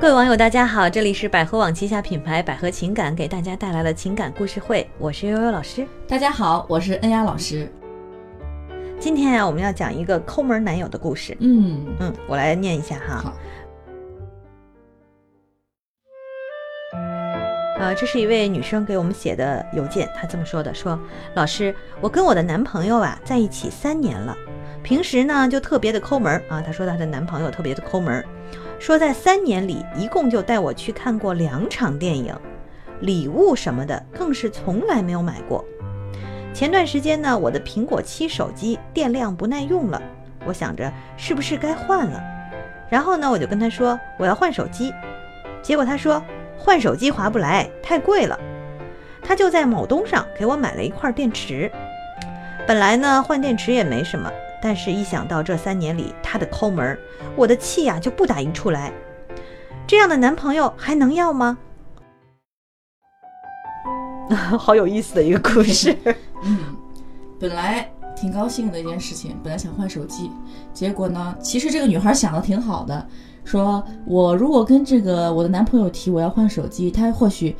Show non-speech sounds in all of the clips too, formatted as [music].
各位网友，大家好，这里是百合网旗下品牌百合情感给大家带来的情感故事会，我是悠悠老师。大家好，我是恩雅老师。今天呀、啊我们要讲一个抠门男友的故事。嗯，嗯，我来念一下哈。好，呃，这是一位女生给我们写的邮件，她这么说的：说老师，我跟我的男朋友啊在一起三年了，平时呢就特别的抠门儿啊。她说她的男朋友特别的抠门儿，说在三年里一共就带我去看过两场电影，礼物什么的更是从来没有买过。前段时间呢，我的苹果七手机电量不耐用了，我想着是不是该换了。然后呢，我就跟他说我要换手机，结果他说换手机划不来，太贵了。他就在某东上给我买了一块电池。本来呢换电池也没什么，但是一想到这三年里他的抠门儿，我的气呀、就不打一处来。这样的男朋友还能要吗？ [laughs] 好有意思的一个故事。嗯，本来挺高兴的一件事情，本来想换手机，结果呢，其实这个女孩想的挺好的，说我如果跟这个我的男朋友提我要换手机，他或许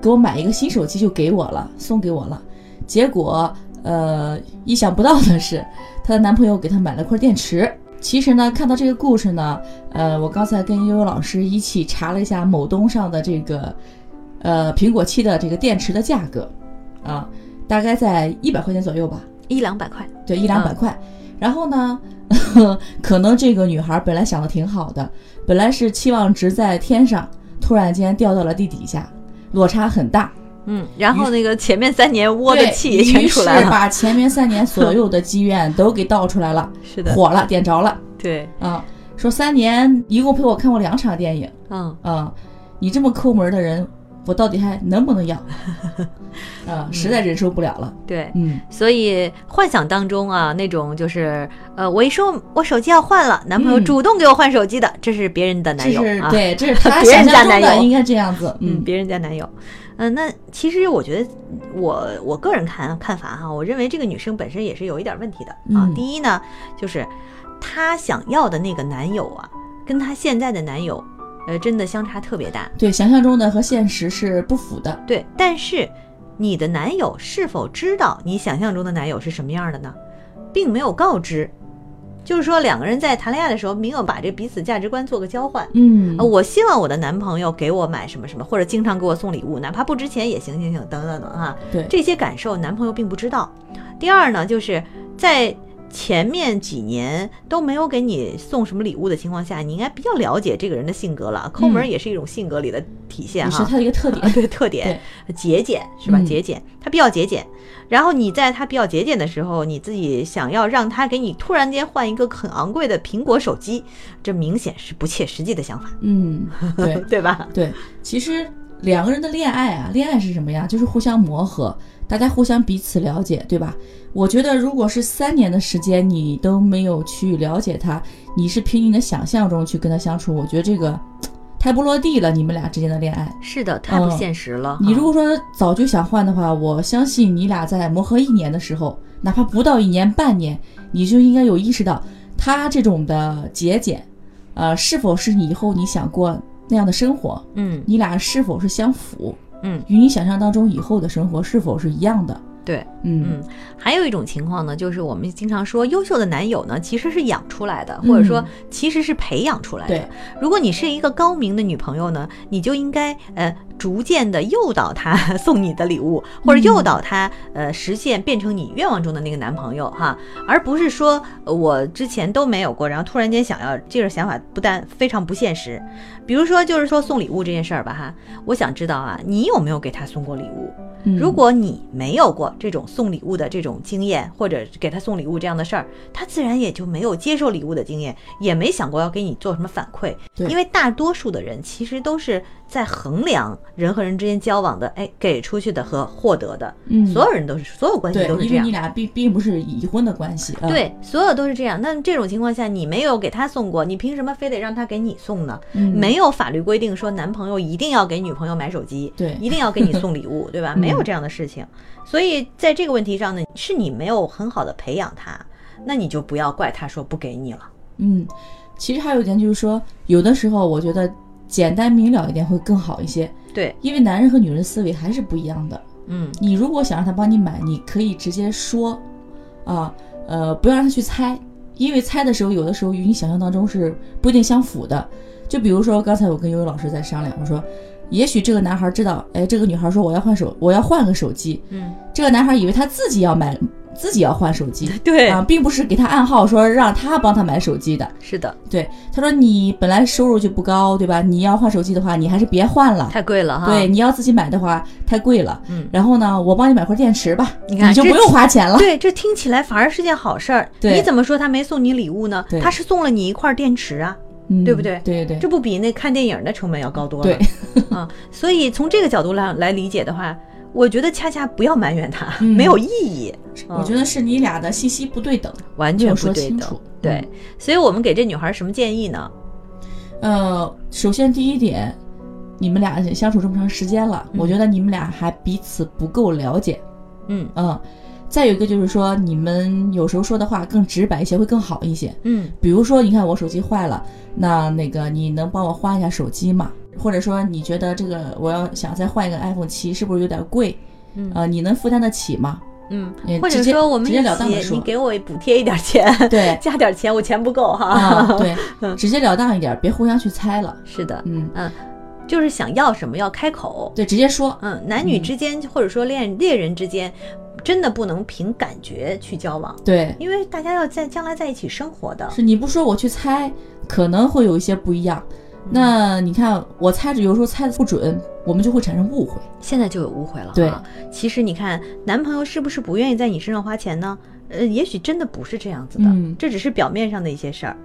给我买一个新手机就给我了，送给我了。结果，呃，意想不到的是，她的男朋友给她买了块电池。其实呢，看到这个故事呢，呃，我刚才跟悠悠老师一起查了一下某东上的这个，呃，苹果七的这个电池的价格，啊，大概在一百块钱左右吧，一两百块，对，一两百块。然后呢， [laughs] 可能这个女孩本来想的挺好的，本来是期望值在天上，突然间掉到了地底下，落差很大。嗯，然后那个前面三年窝的对，气也全出来于是了，把前面三年所有的积怨都给倒出来 [laughs] 了，是的，火了，点着了对，啊！说三年一共陪我看过两场电影嗯，啊，你这么抠门的人，我到底还能不能要？嗯啊，实在忍受不了了。对，嗯，所以幻想当中啊，那种就是，呃，我一说我手机要换了，男朋友嗯主动给我换手机的，这是别人的这男友是啊，对， [laughs] 这是他别人想家象中男友的应该这样子。嗯，嗯，别人家男友，嗯、那其实我觉得我我个人看看法哈，我认为这个女生本身也是有一点问题的啊。嗯第一呢，就是她想要的那个男友啊，跟她现在的男友，呃，真的相差特别大。对，想象中的和现实是不符的。对，但是你的男友是否知道你想象中的男友是什么样的呢？并没有告知，就是说两个人在谈恋爱的时候，没有把这彼此价值观做个交换。嗯呃，我希望我的男朋友给我买什么什么，或者经常给我送礼物，哪怕不值钱也行行行，等等等哈。对，这些感受男朋友并不知道。第二呢，就是在前面几年都没有给你送什么礼物的情况下，你应该比较了解这个人的性格了。抠门儿也是一种性格里的体现也哈。是他的一个特 [laughs] 点。啊对特点，节俭是吧？嗯节俭，他比较节俭。然后你在他比较节俭的时候，你自己想要让他给你突然间换一个很昂贵的苹果手机，这明显是不切实际的想法，嗯，对对吧？ [laughs] 对，其实两个人的恋爱啊，恋爱是什么呀？就是互相磨合，大家互相彼此了解，对吧？我觉得如果是三年的时间你都没有去了解他，你是凭你的想象中去跟他相处，我觉得这个太不落地了，你们俩之间的恋爱。是的，太不嗯现实了哈。你如果说早就想换的话，我相信你俩在磨合一年的时候，哪怕不到一年半年，你就应该有意识到他这种的节俭，呃，是否是你以后你想过那样的生活，嗯你俩是否是相符，嗯，与你想象当中以后的生活是否是一样的，对，嗯嗯，还有一种情况呢，就是我们经常说，优秀的男友呢其实是养出来的，或者说嗯其实是培养出来的。对，如果你是一个高明的女朋友呢，你就应该呃逐渐的诱导他 [laughs] 送你的礼物，或者诱导他呃实现变成你愿望中的那个男朋友哈，而不是说呃我之前都没有过，然后突然间想要这个想法，不但非常不现实。比如说就是说送礼物这件事儿吧哈，我想知道啊，你有没有给他送过礼物？嗯如果你没有过这种送礼物的这种经验，或者给他送礼物这样的事儿，他自然也就没有接受礼物的经验，也没想过要给你做什么反馈。对因为大多数的人其实都是在衡量人和人之间交往的，哎，给出去的和获得的，嗯，所有人都是，所有关系对都，是因这为样你。俩并并不是已婚的关系，啊，对，所有都是这样。那这种情况下，你没有给他送过，你凭什么非得让他给你送呢？嗯没有法律规定说男朋友一定要给女朋友买手机，对一定要给你送礼 [laughs] 物，对吧？嗯没有这样的事情，所以在这个问题上呢，是你没有很好的培养他，那你就不要怪他说不给你了。嗯，其实还有一点就是说，有的时候我觉得简单明了一点会更好一些。对，因为男人和女人思维还是不一样的。嗯你如果想让他帮你买，你可以直接说，啊，呃，不要让他去猜，因为猜的时候，有的时候与你想象当中是不一定相符的。就比如说刚才我跟悠悠老师在商量，我说，也许这个男孩知道，哎，这个女孩说我要换手，我要换个手机，嗯，这个男孩以为他自己要买，自己要换手机。嗯对，啊，并不是给他暗号说让他帮他买手机的。是的，对，他说你本来收入就不高，对吧？你要换手机的话，你还是别换了。太贵了哈。对，，你要自己买的话太贵了。嗯，然后呢，我帮你买块电池吧，你看就这不用花钱了。对，这听起来反而是件好事儿。对你怎么说他没送你礼物呢对？他是送了你一块电池啊，嗯对不对对对这对，不比那看电影的成本要高多了。 [laughs] 啊，所以从这个角度来来理解的话，我觉得恰恰不要埋怨他，嗯没有意义，我觉得是你俩的信息不对等，完没全有嗯不说对清等楚。。对，所以我们给这女孩什么建议呢？嗯，呃，首先第一点，你们俩相处这么长时间了，嗯我觉得你们俩还彼此不够了解。嗯嗯，再有一个就是说，你们有时候说的话更直白一些，会更好一些。嗯比如说，你看我手机坏了，那那个你能帮我换一下手机吗？或者说你觉得这个我要想再换一个 iPhone 七，是不是有点贵？嗯呃，你能负担得起吗？嗯也，或者直接说我们直一截了当地起，说你给我补贴一点钱，[laughs] [laughs] 对加点钱，我钱不够哈。啊，对，直截了当一点，别互相去猜了。 [laughs] 是的，嗯，就是想要什么要开口。对，直接说。嗯，男女嗯之间，或者说恋恋人之间，真的不能凭感觉去交往，对，因为大家要在将来在一起生活的。是你不说，我去猜，可能会有一些不一样。嗯那你看，我猜着有时候猜的不准，我们就会产生误会。现在就有误会了、啊。对，其实你看，男朋友是不是不愿意在你身上花钱呢？呃，也许真的不是这样子的，嗯这只是表面上的一些事儿。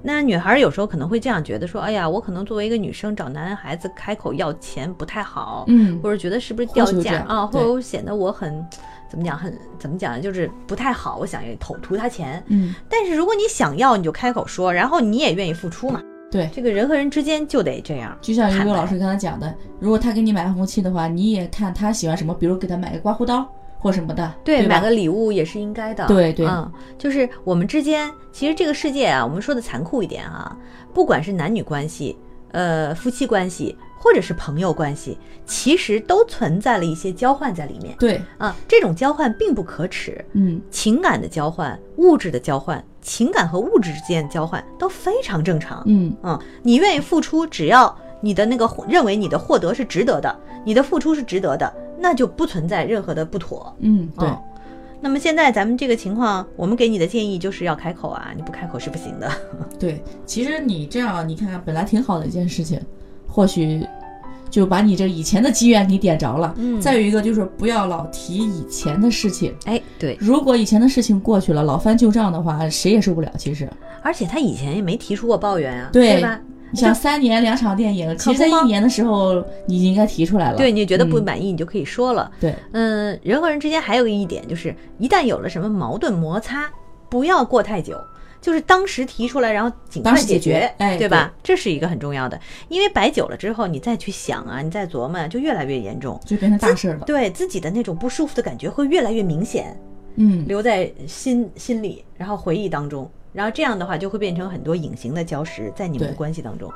那女孩有时候可能会这样觉得，说：“哎呀，我可能作为一个女生找男孩子开口要钱不太好，嗯，或者觉得是不是掉或许会这价样啊，或对者显得我很怎么讲，很怎么讲，就是不太好。我想也投图他钱，嗯，但是如果你想要，你就开口说，然后你也愿意付出嘛。对。这个人和人之间就得这样。就像坦悠悠白老师刚才讲的，如果他给你买红七的话，你也看他喜欢什么，比如给他买个刮胡刀或什么的，对，吧买个礼物也是应该的。对对嗯，就是我们之间，其实这个世界啊，我们说的残酷一点啊，不管是男女关系，呃，夫妻关系，或者是朋友关系，其实都存在了一些交换在里面对，啊。这种交换并不可耻，嗯，情感的交换、物质的交换、情感和物质之间的交换都非常正常。嗯，嗯，你愿意付出，只要你的那个认为你的获得是值得的，你的付出是值得的，那就不存在任何的不妥。嗯，对，嗯那么现在咱们这个情况，我们给你的建议就是要开口啊，你不开口是不行的。对，其实你这样，你看看本来挺好的一件事情，或许就把你这以前的积怨给点着了。嗯再有一个就是不要老提以前的事情， [laughs] 哎，对，如果以前的事情过去了，老翻旧账的话，谁也受不了。其实，而且他以前也没提出过抱怨啊，对吧？你像三年两场电影，其可实不在一吗年的时候你应该提出来了。对，你觉得不嗯满意，你就可以说了。对，嗯，人和人之间还有一点就是，一旦有了什么矛盾摩擦，不要过太久，就是当时提出来，然后尽快当时解解决哎对吧？这是一个很重要的，因为摆久了之后，你再去想啊，你再琢磨啊，就越来越严重，就变成大事了。对自己的那种不舒服的感觉会越来越明显，嗯，留在心心里，然后回忆当中，然后这样的话就会变成很多隐形的礁石在你们的对关系当中。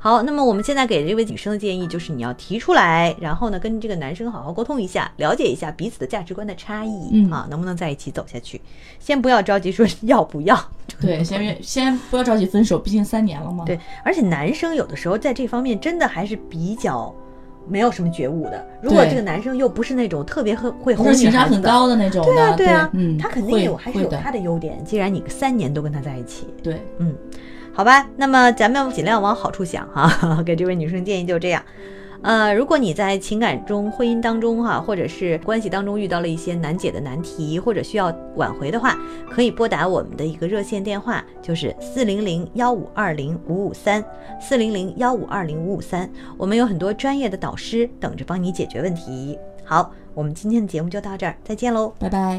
好，那么我们现在给这位女生的建议就是，你要提出来，然后呢，跟这个男生好好沟通一下，了解一下彼此的价值观的差异、嗯啊，能不能在一起走下去？先不要着急说 [laughs] 要不要，对，先别先不要着急分手，毕竟三年了嘛。，对，而且男生有的时候在这方面真的还是比较没有什么觉悟的。如果对这个男生又不是那种特别会会不哄是女情商孩子很的，高的哦那种的。对啊对啊，嗯，他肯定会有还是会有的他的优点。既然你三年都跟他在一起，对，好吧，那么咱们尽量往好处想哈、 [laughs] 给这位女生建议就这样。呃，如果你在情感中、婚姻当中哈、或者是关系当中遇到了一些难解的难题，或者需要挽回的话，可以拨打我们的一个热线电话，就是四零零幺五二零五五三，四零零幺五二零五五三。我们有很多专业的导师等着帮你解决问题。好，我们今天的节目就到这儿，再见喽。拜拜。